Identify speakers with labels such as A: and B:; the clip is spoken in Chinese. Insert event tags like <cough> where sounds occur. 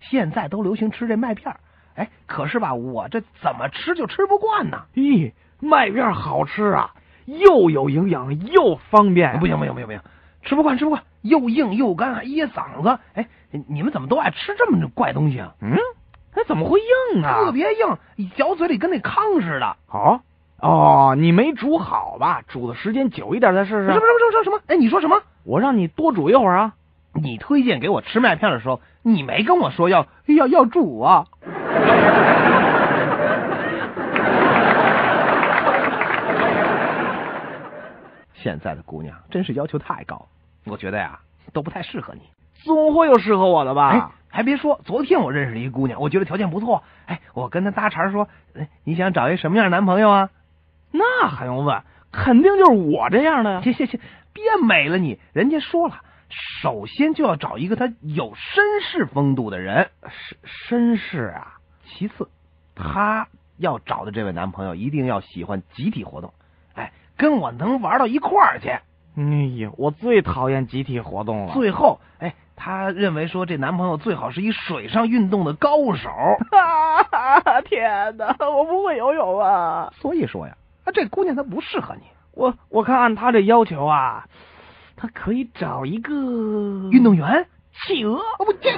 A: 现在都流行吃这麦片儿，哎，可是吧，我这怎么吃就吃不惯呢？
B: 咦，麦片好吃啊，又有营养又方便、啊
A: 哎啊不行不行不行不行，吃不惯吃不惯，又硬又干还噎嗓子。哎，你你们怎么都爱吃这么怪东西啊？
B: 嗯，它怎么会硬啊？
A: 特别硬，嚼嘴里跟那糠似的。
B: 好哦，你没煮好吧？煮的时间久一点再试
A: 什么
B: 试
A: 什。么什么什么什么？哎，你说什么？
B: 我让你多煮一会儿啊。
A: 你推荐给我吃麦片的时候，你没跟我说要要要煮啊？现在的姑娘真是要求太高，我觉得呀、都不太适合你。
B: 总会有适合我的吧？
A: 哎，还别说，昨天我认识了一姑娘，我觉得条件不错。哎，我跟她搭茬说，哎你想找一什么样的男朋友啊？
B: 那还用问？肯定就是我这样的呀。
A: 行行行，别美了你，人家说了，首先就要找一个他有绅士风度的人。
B: 绅士啊，
A: 其次，他要找的这位男朋友一定要喜欢集体活动，哎，跟我能玩到一块儿去。
B: 哎呀，我最讨厌集体活动了。
A: 最 <laughs> 后，哎，他认为说这男朋友最好是一水上运动的高手。
B: 啊！天哪，我不会游泳啊！
A: <laughs> 所以说呀，啊，这姑娘她不适合你，
B: 我我看按他这要求啊，他可以找一个
A: 运动员。
B: 企鹅。
A: 哦，不这。